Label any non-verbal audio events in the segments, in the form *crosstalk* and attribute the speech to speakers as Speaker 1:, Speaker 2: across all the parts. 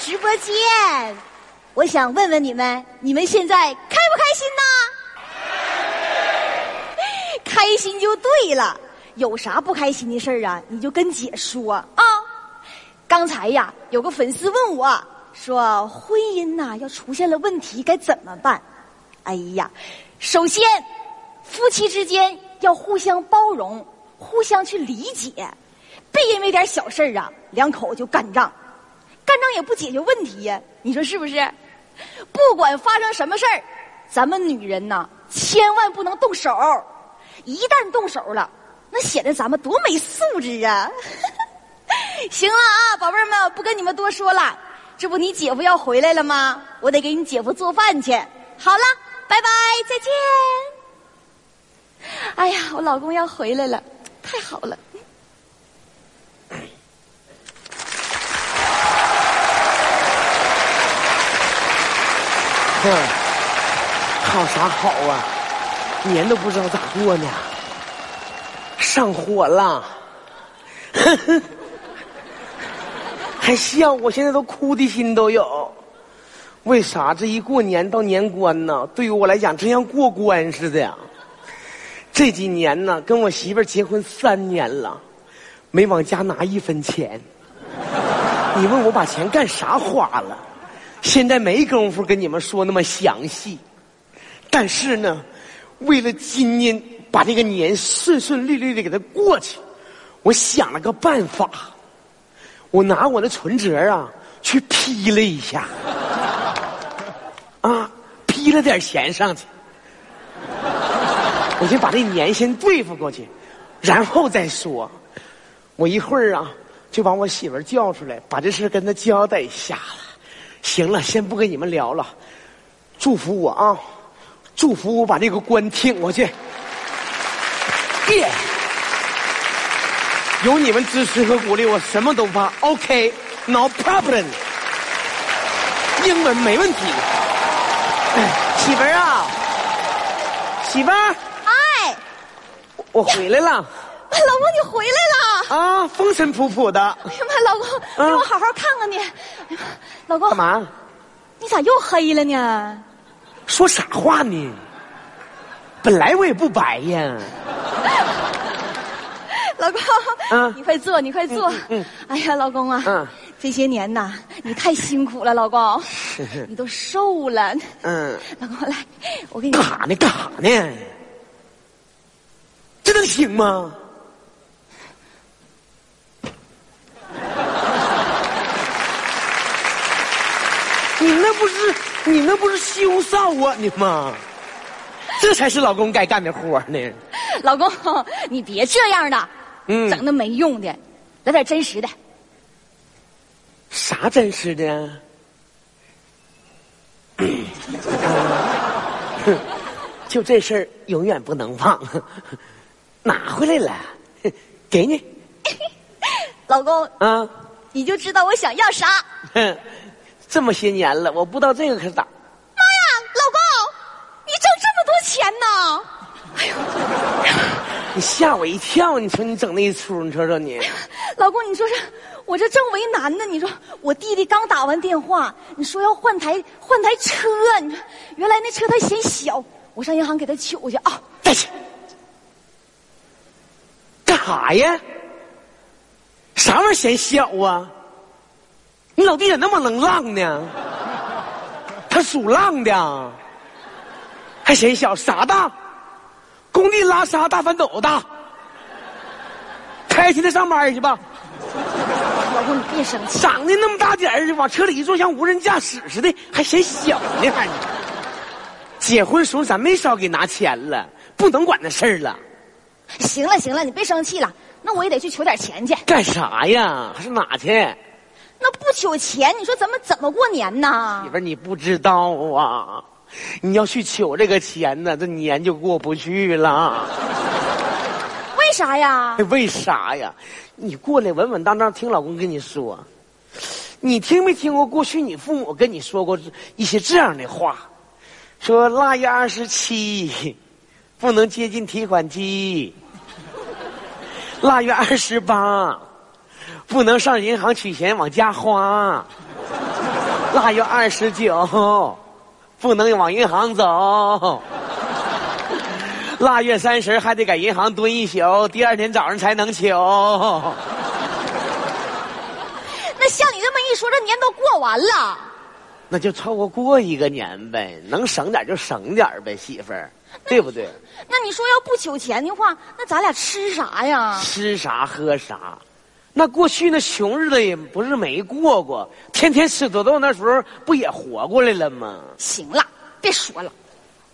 Speaker 1: 直播间。我想问问你们，你们现在开不开心呢？ *laughs* 开心就对了，有啥不开心的事儿啊，你就跟姐说啊。刚才呀，有个粉丝问我，说婚姻呐、要出现了问题该怎么办？哎呀，首先，夫妻之间要互相包容，互相去理解，别因为点小事儿啊，两口就干仗，干仗也不解决问题呀，你说是不是？不管发生什么事儿，咱们女人呐，千万不能动手，一旦动手了，那显得咱们多没素质啊！ *laughs* 行了啊，宝贝儿们，不跟你们多说了。这不，你姐夫要回来了吗？我得给你姐夫做饭去。好了，拜拜，再见。哎呀，我老公要回来了，太好了。
Speaker 2: 哼，好啥好啊？年都不知道咋过呢，上火了，还笑，我现在都哭的心都有。为啥这一过年到年关呢？对于我来讲，真像过关似的呀。这几年呢，跟我媳妇儿结婚三年了，没往家拿一分钱。你问我把钱干啥花了？现在没工夫跟你们说那么详细，但是呢，为了今年把这个年顺顺利利的给它过去，我想了个办法，我拿我的存折啊去批了一下，啊，批了点钱上去，我先把这年先对付过去，然后再说。我一会儿啊，就把我媳妇儿叫出来，把这事跟她交代一下了。行了，先不跟你们聊了，祝福我啊，祝福我把这个关挺过去。耶、有你们支持和鼓励，我什么都怕。OK，no、problem，英文没问题。哎媳妇儿啊，媳妇儿，
Speaker 1: 哎，
Speaker 2: 我回来了
Speaker 1: 老公你回来了！
Speaker 2: 啊，风尘仆仆的。
Speaker 1: 哎呀妈，老公，
Speaker 2: 嗯
Speaker 1: 让我好好看看你。哎呀妈，老公
Speaker 2: 干，嘛？
Speaker 1: 你咋又黑了呢？
Speaker 2: 说啥话呢？本来我也不白呀。
Speaker 1: 老公，
Speaker 2: 嗯
Speaker 1: 你快坐，你快坐。
Speaker 2: 嗯嗯
Speaker 1: 哎呀，老公啊，
Speaker 2: 嗯
Speaker 1: 这些年呐，你太辛苦了，老
Speaker 2: *laughs*
Speaker 1: 公，你都瘦了。
Speaker 2: 嗯。
Speaker 1: 老公，来，我
Speaker 2: *coughs*
Speaker 1: 给你
Speaker 2: 干啥呢？干啥呢？这能行吗？你那不是你那不是羞臊我你吗？这才是老公该干的活呢。
Speaker 1: 老公，你别这样的，
Speaker 2: 嗯
Speaker 1: 整那没用的，来点真实的。
Speaker 2: 啥真实的？就这事儿永远不能忘，拿回来了，给你
Speaker 1: 老公，
Speaker 2: 啊。
Speaker 1: 你就知道我想要啥。妈呀，
Speaker 2: 哼，这么些年了，我不知道这个可咋。
Speaker 1: 老公，你挣这么多钱呢？
Speaker 2: 你吓我一跳！你瞅你整那一出，你瞅瞅你，
Speaker 1: 老公，你说说，我这正为难呢。你说我弟弟刚打完电话，你说要换台换台车，你说原来那车他嫌小，我上银行给他取去啊。
Speaker 2: 带去干啥呀？啥玩意儿嫌小啊？你老弟咋那么能浪呢？他属浪的啊，还嫌小？啥大？工地拉沙大翻斗大。开心的上班去吧，
Speaker 1: 老公，你别生气，
Speaker 2: 长得那么大点儿，往车里一坐，像无人驾驶似的，还嫌小呢，还。结婚时候咱没少给拿钱了，不能管那事儿了。
Speaker 1: 行了行了，你别生气了。那我也得去取点钱去。
Speaker 2: 干啥呀？还是哪去？
Speaker 1: 那不取钱，你说咱们怎么过年呢
Speaker 2: 媳？妇儿，你不知道啊？你要去取这个钱呢，这年就过不去了。
Speaker 1: 为啥呀
Speaker 2: 哎？为啥呀？你过来稳稳当当听老公跟你说，你听没听过过去你父母跟你说过一些这样的话？说腊月二十七不能接近提款机，腊月二十八不能上银行取钱往家花。腊月二十九不能往银行走，腊月三十还得在银行蹲一宿，第二天早上才能取。
Speaker 1: 那像你这么一说，这年都过完了，
Speaker 2: 那就凑合过一个年呗，能省点就省点呗，媳妇儿，对不对？
Speaker 1: 那你说要不求钱的话，那咱俩吃啥呀？
Speaker 2: 吃啥喝啥，那过去那穷日子也不是没过过，天天吃土豆那时候不也活过来了吗？
Speaker 1: 行了，别说了，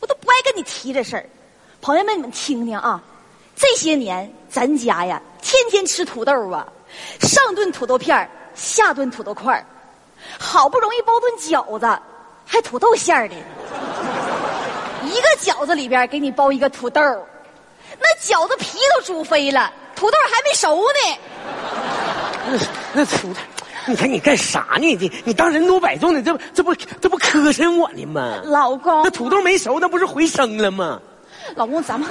Speaker 1: 我都不爱跟你提这事儿。朋友们，你们听听啊，这些年咱家呀，天天吃土豆啊，上顿土豆片儿，下顿土豆块儿，好不容易包顿饺子，还土豆馅儿的，一个饺子里边给你包一个土豆儿，那饺子皮都煮飞了，土豆还没熟呢。
Speaker 2: 那那土豆，你看你干啥呢？你你当人头摆动呢？这不这不这不磕碜我呢吗？
Speaker 1: 老公
Speaker 2: 那，土豆没熟，那不是回生了吗？
Speaker 1: 老公，咱们，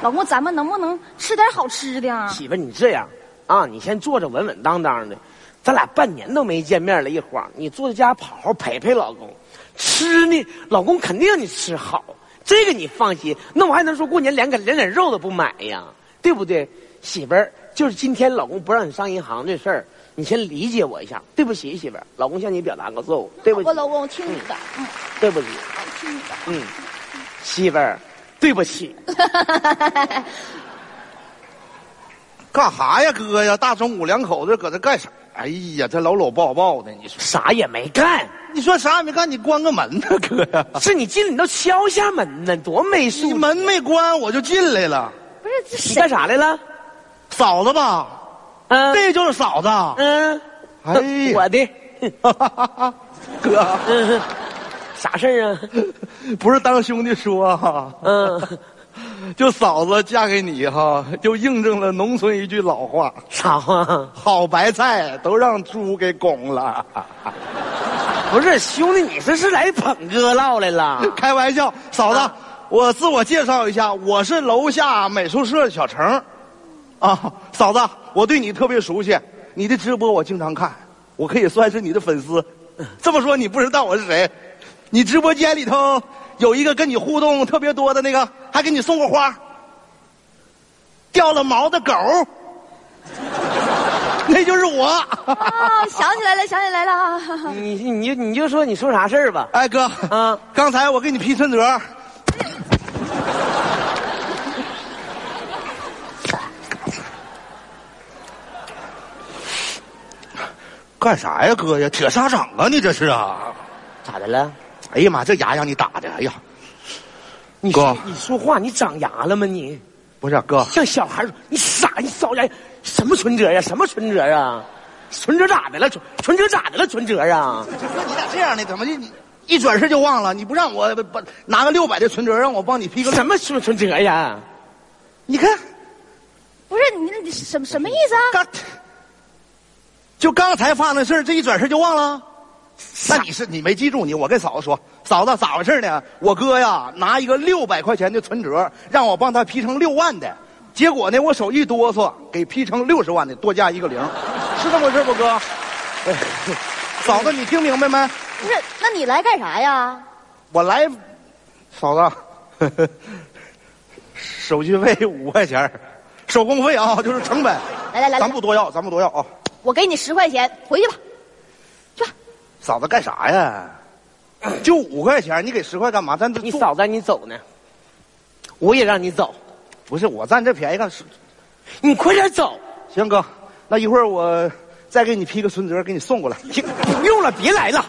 Speaker 1: 老公，咱们能不能吃点好吃的啊？
Speaker 2: 媳妇儿，你这样啊，你先坐着稳稳当当的，咱俩半年都没见面了，一晃，你坐在家好好陪陪老公，吃呢，老公肯定让你吃好，这个你放心。那我还能说过年连个连点肉都不买呀，对不对？媳妇儿，就是今天老公不让你上银行这事儿，你先理解我一下，对不起，媳妇儿，老公向你表达个错误，对不起
Speaker 1: 我，老公，我听你的，嗯，
Speaker 2: 对不起，
Speaker 1: 我听你的。
Speaker 2: 嗯，媳妇儿，对不起，
Speaker 3: 干啥呀，哥呀？大中午两口子搁这干啥？哎呀，这搂搂抱抱的，你说
Speaker 2: 啥也没干。
Speaker 3: 你说啥也没干，你关个门呢， *laughs* 哥呀？
Speaker 2: 是你进来，你都敲一下门呢，多没素
Speaker 3: 你
Speaker 2: 质！啊
Speaker 3: 门没关，我就进来了。
Speaker 1: *laughs* 不是这
Speaker 2: 你
Speaker 1: 谁
Speaker 2: 干？啥来了？
Speaker 3: 嫂子吧，
Speaker 2: 嗯、
Speaker 3: 这就是嫂子。
Speaker 2: 嗯，
Speaker 3: 哎呀
Speaker 2: 我的，
Speaker 3: *laughs* 哥，
Speaker 2: 嗯，啥事儿啊？
Speaker 3: 不是当兄弟说哈，
Speaker 2: 嗯，
Speaker 3: 就嫂子嫁给你哈，就印证了农村一句老话：
Speaker 2: 啥啊？
Speaker 3: 好白菜都让猪给拱了。
Speaker 2: 不是兄弟，你这是来捧哥唠来了？
Speaker 3: 开玩笑，嫂子，
Speaker 2: 啊
Speaker 3: 我自我介绍一下，我是楼下美术社的小程。啊，嫂子，我对你特别熟悉，你的直播我经常看，我可以算是你的粉丝。这么说你不知道我是谁？你直播间里头有一个跟你互动特别多的那个，还给你送过花，掉了毛的狗，那就是我。
Speaker 1: 啊，想起来了，想起来了 *laughs* 啊！
Speaker 2: *laughs* 你你就你就说你说啥事儿吧？
Speaker 3: 哎哥，
Speaker 2: 啊
Speaker 3: 刚才我给你批存折，干啥呀哥呀？铁砂掌啊你这是啊？
Speaker 2: 咋的了？
Speaker 3: 哎呀妈，这牙让你打的，哎呀，
Speaker 2: 你
Speaker 3: 哥
Speaker 2: 说你说话你长牙了吗你？
Speaker 3: 不是哥，
Speaker 2: 像小孩儿，你傻，你扫牙，什么存折呀、什么存折啊？存折咋的了？存存折咋的了？存折啊？
Speaker 3: 说你咋这样呢？怎么就你一转身就忘了？你不让我把拿个六百的存折，让我帮你批个
Speaker 2: 什么存存折呀？
Speaker 3: 你看。
Speaker 1: 不是你，你什么什么意思 *laughs* 啊？
Speaker 3: 刚，就刚才发生的事儿这一转身就忘了。那你是你没记住你？我跟嫂子说，嫂子咋回事呢？我哥呀，拿一个六百块钱的存折，让我帮他批成六万的，结果呢，我手一哆嗦，给批成六十万的，多加一个零，是这么回事不，哥？ *laughs* 哎嫂子，你听明白没？
Speaker 1: 不是，那你来干啥呀？
Speaker 3: 我来，嫂子，呵呵手续费五块钱儿，手工费啊，就是成本。
Speaker 1: 来来来来
Speaker 3: 咱不多要，咱不多要啊。
Speaker 1: 我给你十块钱，回去吧。去吧，
Speaker 3: 嫂子干啥 *coughs* 呀？就五块钱，你给十块干嘛？咱这
Speaker 2: 你
Speaker 3: 做
Speaker 2: 嫂子让你走呢，我也让你走，
Speaker 3: 不是我占这便宜干什？
Speaker 2: 你快点走。
Speaker 3: 行哥，那一会儿我再给你批个存折，给你送过来。
Speaker 2: 行， *laughs* 不用了，别来了，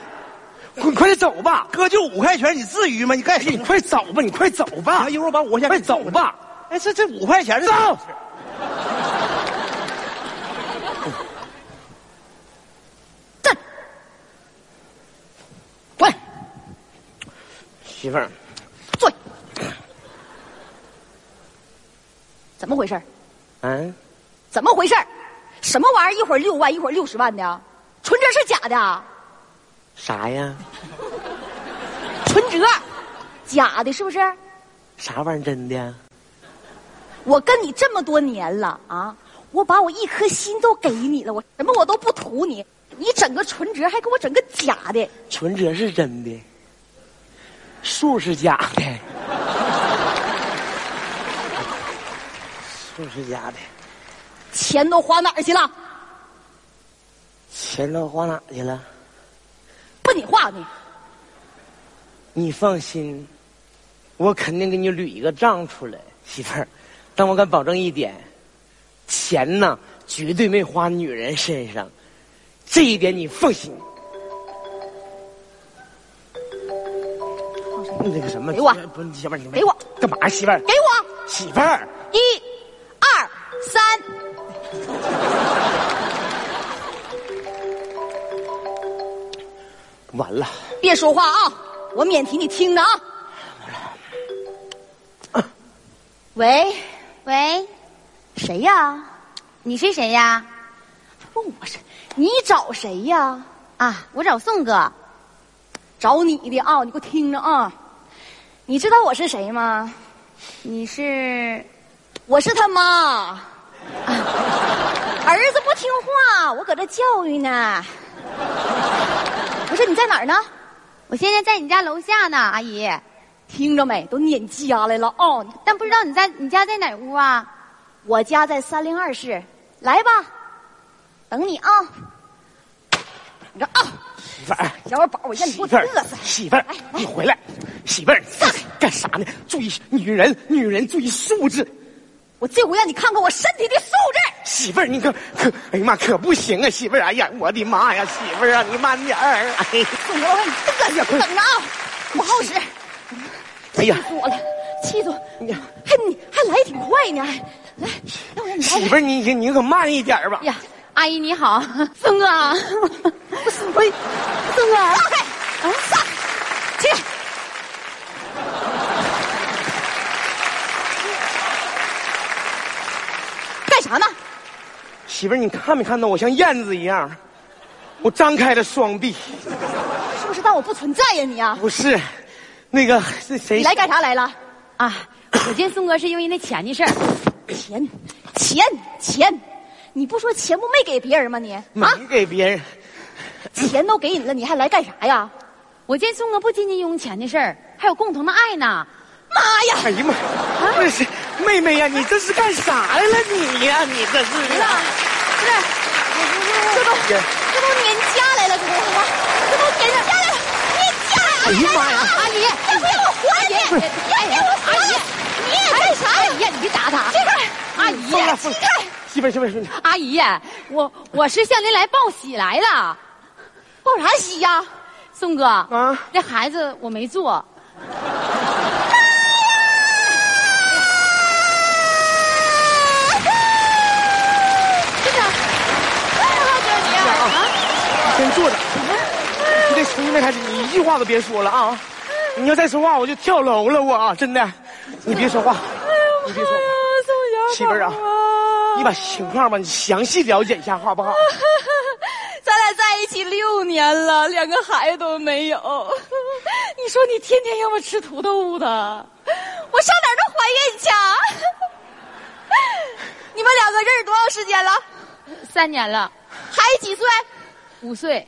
Speaker 2: 快快点走吧，
Speaker 3: 哥，就五块钱，你至于吗？你干
Speaker 2: 你快走吧，你快走吧，
Speaker 3: 一会儿把我先
Speaker 2: 快走。吧，
Speaker 3: 哎，这这五块钱
Speaker 2: 走。
Speaker 1: 站，过来，
Speaker 2: 媳妇儿，
Speaker 1: 坐下。怎么回事儿？
Speaker 2: 嗯，
Speaker 1: 怎么回事儿？什么玩意儿？一会儿六万，一会儿六十万的啊，存折是假的啊，
Speaker 2: 啥呀？
Speaker 1: *laughs* 存折假的，是不是？
Speaker 2: 啥玩意儿真的？
Speaker 1: 我跟你这么多年了啊，我把我一颗心都给你了，我什么我都不图你，你整个存折还给我整个假的，
Speaker 2: 存折是真的，数是假的， *laughs* 数是假的，
Speaker 1: 钱都花哪儿去了？
Speaker 2: 钱都花哪去了？
Speaker 1: 不你花的，
Speaker 2: 你放心，我肯定给你捋一个账出来，媳妇儿。但我敢保证一点，钱呢绝对没花女人身上，这一点你放心。那个什么，
Speaker 1: 给我
Speaker 2: 不是媳妇儿，你
Speaker 1: 给我
Speaker 2: 干嘛？媳妇儿，
Speaker 1: 给我
Speaker 2: 媳妇儿，
Speaker 1: 一、二、三。
Speaker 2: 完了，
Speaker 1: 别说话啊，我免提你听着啊。喂，
Speaker 4: 喂，
Speaker 1: 谁呀？
Speaker 4: 你是谁呀？
Speaker 1: 问哦我是你找谁呀？
Speaker 4: 啊，我找宋哥，
Speaker 1: 找你的啊，你给我听着啊。你知道我是谁吗？
Speaker 4: 你是
Speaker 1: 我是他妈。 *laughs* 儿子不听话，我搁这教育呢。不是你在哪儿呢？
Speaker 4: 我现在在你家楼下呢，阿姨，
Speaker 1: 听着没？都撵家来了啊、你
Speaker 4: 但不知道你在你家在哪屋啊？
Speaker 1: 我家在三零二室，来吧，等你啊。你这啊，
Speaker 2: 媳妇儿。
Speaker 1: 小宝，我让你给
Speaker 2: 媳
Speaker 1: 我
Speaker 2: 妇儿
Speaker 1: 嘚瑟，。哎
Speaker 2: 媳妇儿，你回来！媳妇儿，干啥呢？注意女人，女人注意素质。
Speaker 1: 我这回让你看看我身体的素质。
Speaker 2: 媳妇儿，你可可，哎呀妈，可不行啊！媳妇儿，哎呀，我的妈呀！媳妇儿啊，你哎慢点儿！哎呀，
Speaker 1: 宋哥，我让你嘚瑟，等着啊！不好使，
Speaker 2: 哎呀哎
Speaker 1: 气，死我了，气死我！
Speaker 2: 你
Speaker 1: 还你还来挺快呢，还来，让我让你来
Speaker 2: 媳妇儿，你你你可慢一点儿吧。
Speaker 4: 呀，阿姨你好，宋
Speaker 1: *laughs*
Speaker 4: 哥啊，
Speaker 1: 不是我，
Speaker 4: 宋哥，
Speaker 1: 放开，嗯，上，起来。干啥呢？
Speaker 2: 媳妇儿，你看没看到我像燕子一样？我张开了双臂，
Speaker 1: 是不是当我不存在呀你啊？
Speaker 2: 不是，那个是谁
Speaker 1: 你？来干啥来了？
Speaker 4: 啊，我见宋哥是因为那钱的事儿，
Speaker 1: 钱，钱，钱！你不说钱不没给别人吗你？
Speaker 2: 没
Speaker 1: 啊，
Speaker 2: 给别人。
Speaker 1: 钱都给你了，你还来干啥呀？
Speaker 4: 我见宋哥不仅仅用钱的事儿，还有共同的爱呢。
Speaker 1: 妈呀！
Speaker 2: 哎呀妈，不是妹妹呀，你这是干啥来了你呀？你这是
Speaker 1: 啊，不是，这都这都撵家来了，这都这都撿家来了，撵家来了！
Speaker 2: 哎呀妈呀
Speaker 1: 阿姨，要不要我活着你？要不要我活着？你也干啥呀？
Speaker 4: 哎呀，你别打他，
Speaker 1: 这边儿，
Speaker 4: 阿姨，
Speaker 2: 疯了疯了！媳妇儿媳妇儿媳妇儿。
Speaker 4: 阿姨，我我是向您来报喜来了，
Speaker 1: 报啥喜呀？
Speaker 4: 宋哥，
Speaker 2: 啊
Speaker 4: 这孩子我
Speaker 2: *laughs*
Speaker 4: 没做，真的，哎
Speaker 2: 啊
Speaker 4: 啊，
Speaker 2: 先坐着，你得从现在开始，你一句话都别说了啊！你要再说话，我就跳楼了，我啊，真的，你别说话，你别说话，媳妇儿啊，你把情况吧，你详细了解一下，好不好？
Speaker 1: 咱俩在一起六年了，两个孩子都没有。 *laughs* 你说你天天让我吃土豆的，我上哪儿都怀孕去啊？你们两个认识多长时间了？
Speaker 4: *laughs* 三年了，
Speaker 1: 孩子几岁？
Speaker 4: 五岁，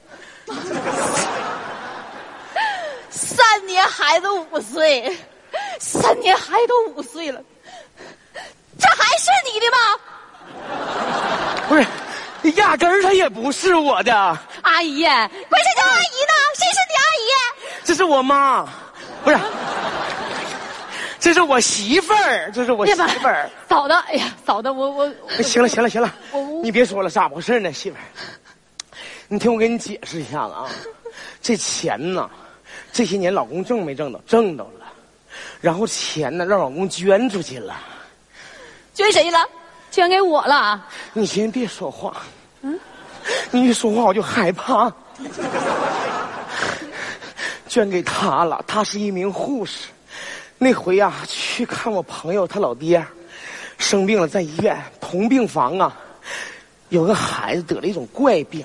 Speaker 1: *laughs* 三年，孩子五岁，三年孩子都五岁了，这还是你的吗？
Speaker 2: 不是，你压根儿他也不是我的，
Speaker 4: 阿姨，
Speaker 1: 管谁叫阿姨呢？谁是你阿姨？
Speaker 2: 这是我妈，不是，这是我媳妇儿，这是我媳
Speaker 4: 别吧
Speaker 2: 妇儿。，
Speaker 4: 嫂子，哎呀，嫂子，我我
Speaker 2: *laughs* 哎行了，行了，行了
Speaker 4: 我我，
Speaker 2: 你别说了，咋回事呢，媳妇儿？你听我给你解释一下子啊，这钱呢，这些年老公挣没挣到？挣到了，然后钱呢让老公捐出去了。
Speaker 1: 捐谁了？
Speaker 4: 全给我了，啊
Speaker 2: 你先别说话，嗯你一说话我就害怕。捐给他了，他是一名护士。那回呀、去看我朋友他老爹，生病了在医院同病房啊，有个孩子得了一种怪病，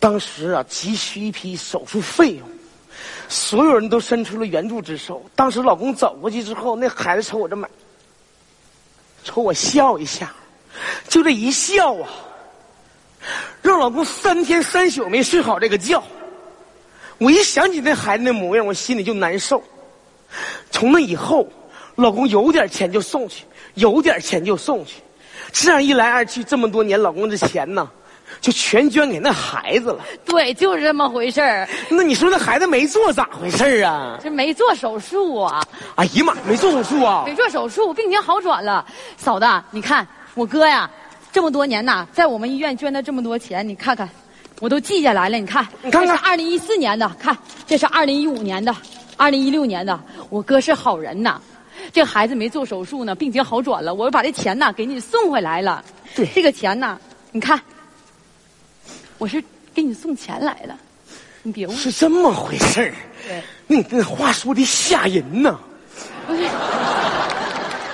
Speaker 2: 当时啊急需一批手术费用，所有人都伸出了援助之手。当时老公走过去之后，那孩子瞅我这么，瞅我笑一下，就这一笑啊，让老公三天三宿没睡好这个觉。我一想起那孩子那模样，我心里就难受。从那以后，老公有点钱就送去，有点钱就送去，这样一来二去，这么多年，老公这钱呢，就全捐给那孩子了。
Speaker 4: 对，就是这么回事儿。
Speaker 2: 那你说那孩子没做咋回事儿啊？
Speaker 4: 这没做手术啊，
Speaker 2: 哎呀妈，没做手术啊？
Speaker 4: 没做手术，病情好转了。嫂子，你看我哥呀，这么多年呐，在我们医院捐的这么多钱，你看看，我都记下来了。你看，
Speaker 2: 你看看
Speaker 4: 这是二零一四年的，看这是二零一五年的，二零一六年的。我哥是好人呐，这孩子没做手术呢，病情好转了，我又把这钱呐给你送回来了。
Speaker 2: 对
Speaker 4: 这个钱呐，你看，我是给你送钱来了，你别误会。 *laughs*
Speaker 2: 是这么回事儿。
Speaker 4: 对
Speaker 2: 那你那话说的吓人呐！
Speaker 4: 不是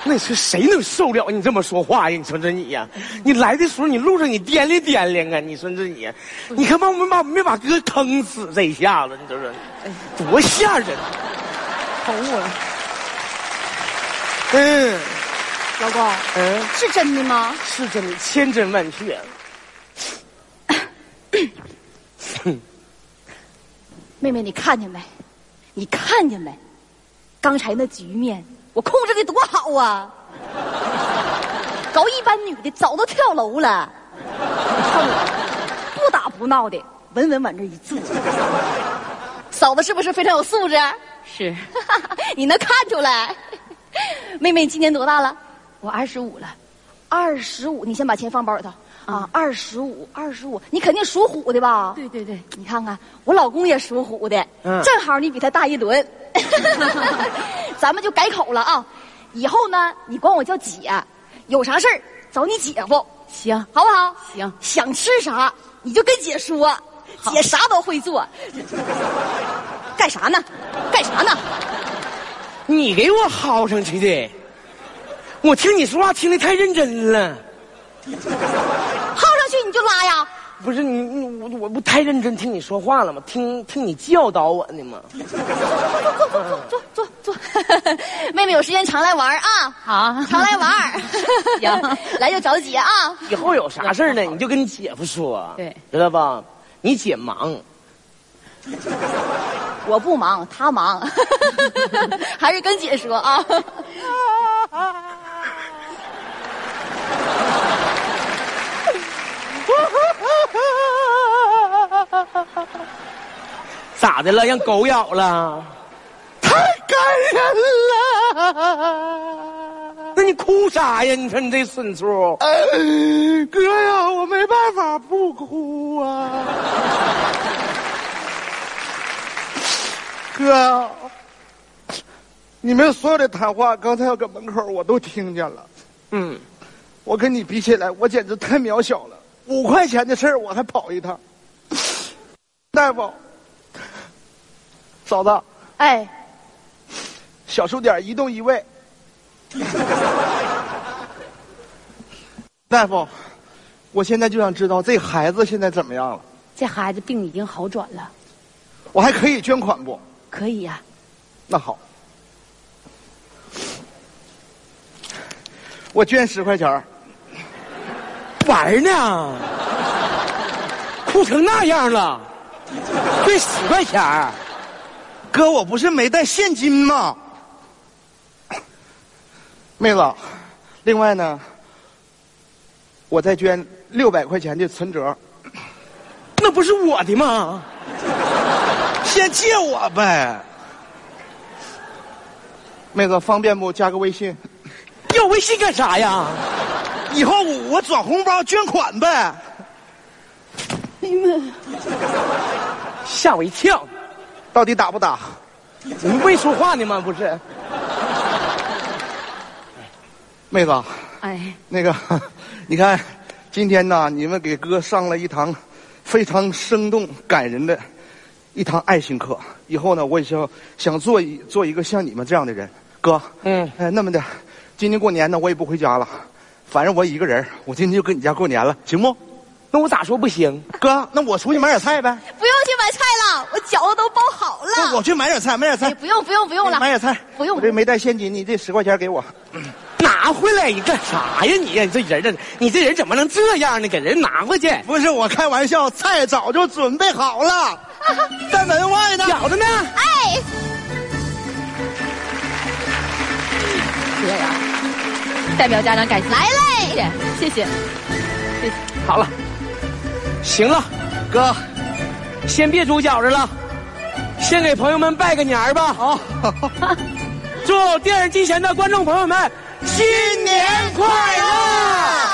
Speaker 2: 那你说谁能受了你这么说话呀？你说这你呀、你来的时候你路上你掂量掂量啊！你说这你，你看把我们把没把哥坑死这一下子，你这是多吓人！啊
Speaker 1: 口误了，
Speaker 2: 嗯
Speaker 1: 老公
Speaker 2: 嗯，
Speaker 1: 是真的吗？
Speaker 2: 是真的，千真万确。啊
Speaker 1: 妹妹，你看见没？你看见没？刚才那局面，我控制的多好啊！搞一般女的早都跳楼了，看我不打不闹的，稳稳往这一坐。嫂子是不是非常有素质？啊
Speaker 4: 是，
Speaker 1: *laughs* 你能看出来？妹妹，你今年多大了？
Speaker 4: 我二十五了。
Speaker 1: 二十五。你先把钱放包里头啊！二十五，二十五，你肯定属虎的吧？
Speaker 4: 对对对，
Speaker 1: 你看看，我老公也属虎的，
Speaker 2: 嗯
Speaker 1: 正好你比他大一轮， *laughs* 咱们就改口了啊！以后呢，你管我叫姐，有啥事儿找你姐夫，
Speaker 4: 行。
Speaker 1: 好不好？
Speaker 4: 行
Speaker 1: 想吃啥你就跟姐说，姐啥都会做。干啥呢？干啥呢？
Speaker 2: 你给我薅上去的，我听你说话听的太认真了。
Speaker 1: 薅上去你就拉呀！
Speaker 2: 不是你你我我不太认真听你说话了吗？听听你教导我呢吗？
Speaker 1: 坐坐坐坐坐坐， *laughs* 妹妹有时间常来玩儿啊！
Speaker 4: 好
Speaker 1: 常来玩儿。
Speaker 4: *laughs* 行，
Speaker 1: *laughs* 来就找姐啊！
Speaker 2: 以后有啥事儿呢，你就跟你姐夫说，
Speaker 4: 对
Speaker 2: 知道吧？你姐忙，
Speaker 1: 我不忙，他忙， *laughs* 还是跟姐说啊。
Speaker 2: *laughs* 咋的了？让狗咬
Speaker 3: *laughs*
Speaker 2: 了？太感人了！那你哭啥呀？你说你这孙畜，
Speaker 3: 呃，哎哥呀，我没办法不哭啊。哥，你们所有的谈话，刚才要搁门口我都听见了。
Speaker 2: 嗯，
Speaker 3: 我跟你比起来，我简直太渺小了。五块钱的事儿我还跑一趟。 *coughs* 大夫，嫂子，
Speaker 1: 哎，
Speaker 3: 小数点移动一位。 *laughs* 大夫，我现在就想知道这孩子现在怎么样了，
Speaker 4: 这孩子病已经好转了，
Speaker 3: 我还可以捐款不？
Speaker 4: 可以呀、
Speaker 3: 那好，我捐十块钱儿
Speaker 2: 玩呢？哭成那样了，这十块钱儿
Speaker 3: 哥，我不是没带现金吗？妹子，另外呢，我再捐六百块钱的存折，
Speaker 2: 那不是我的吗？
Speaker 3: 先借我呗。妹子，方便不？加个微信。
Speaker 2: 要微信干啥呀？
Speaker 3: 以后我转红包捐款呗。
Speaker 2: 吓我一跳！
Speaker 3: 到底打不打？
Speaker 2: 你没说话呢吗？不是，
Speaker 3: 妹子，
Speaker 4: 哎，
Speaker 3: 那个， *laughs* 你看，今天呢，你们给哥上了一堂非常生动、感人的一堂爱情课。以后呢，我也想想做一做一个像你们这样的人。哥，
Speaker 2: 嗯
Speaker 3: 哎，那么的，今年过年呢，我也不回家了，反正我一个人，我今天就跟你家过年了，行不？
Speaker 2: 那我咋说不行？
Speaker 3: 哥，那我出去买点菜呗。
Speaker 1: 不用去买菜了，我饺子都包好
Speaker 3: 那
Speaker 1: 了。
Speaker 3: 我去买点菜，买点
Speaker 1: 哎，
Speaker 3: 菜，
Speaker 1: 不用不用不用了
Speaker 3: 买，点菜。
Speaker 1: 不用
Speaker 3: 我这没带现金，你这十块钱给我。
Speaker 2: 拿拿回来，你干啥呀你呀？你这人这，你这人怎么能这样呢？给人拿回去，
Speaker 3: 不是我开玩笑，菜早就准备好
Speaker 1: *laughs*
Speaker 3: 了，在门外呢。
Speaker 2: 饺子呢？
Speaker 1: 哎，
Speaker 4: 谢谢啊！代表家长感谢，
Speaker 1: 来嘞！
Speaker 4: 谢谢，谢谢。
Speaker 2: 好了，行了，
Speaker 3: 哥，
Speaker 2: 先别煮饺子了，先给朋友们拜个年儿吧。 *laughs* 好，祝电视机前的观众朋友们新年快乐！